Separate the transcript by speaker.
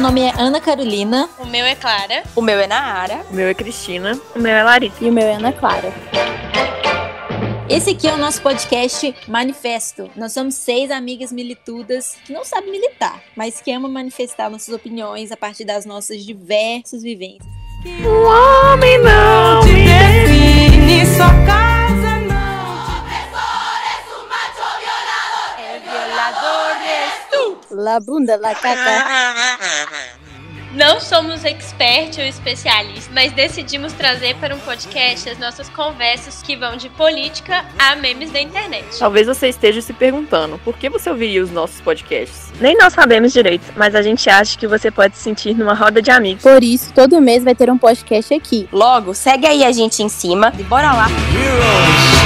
Speaker 1: nome é Ana Carolina.
Speaker 2: O meu é Clara.
Speaker 3: O meu é Naara.
Speaker 4: O meu é Cristina.
Speaker 5: O meu é Larissa.
Speaker 6: E o meu é Ana Clara.
Speaker 1: Esse aqui é o nosso podcast Manifesto. Nós somos seis amigas militudas que não sabem militar, mas que amam manifestar nossas opiniões a partir das nossas diversas vivências.
Speaker 4: O homem não te define, sua casa
Speaker 2: É né?
Speaker 6: La bunda, la caca.
Speaker 2: Não somos expert ou especialista, mas decidimos trazer para um podcast as nossas conversas que vão de política a memes da internet.
Speaker 4: Talvez você esteja se perguntando por que você ouviria os nossos podcasts.
Speaker 5: Nem nós sabemos direito, mas a gente acha que você pode se sentir numa roda de amigos.
Speaker 6: Por isso, todo mês vai ter um podcast aqui.
Speaker 3: Logo, segue aí a gente em cima e bora lá! Heroes.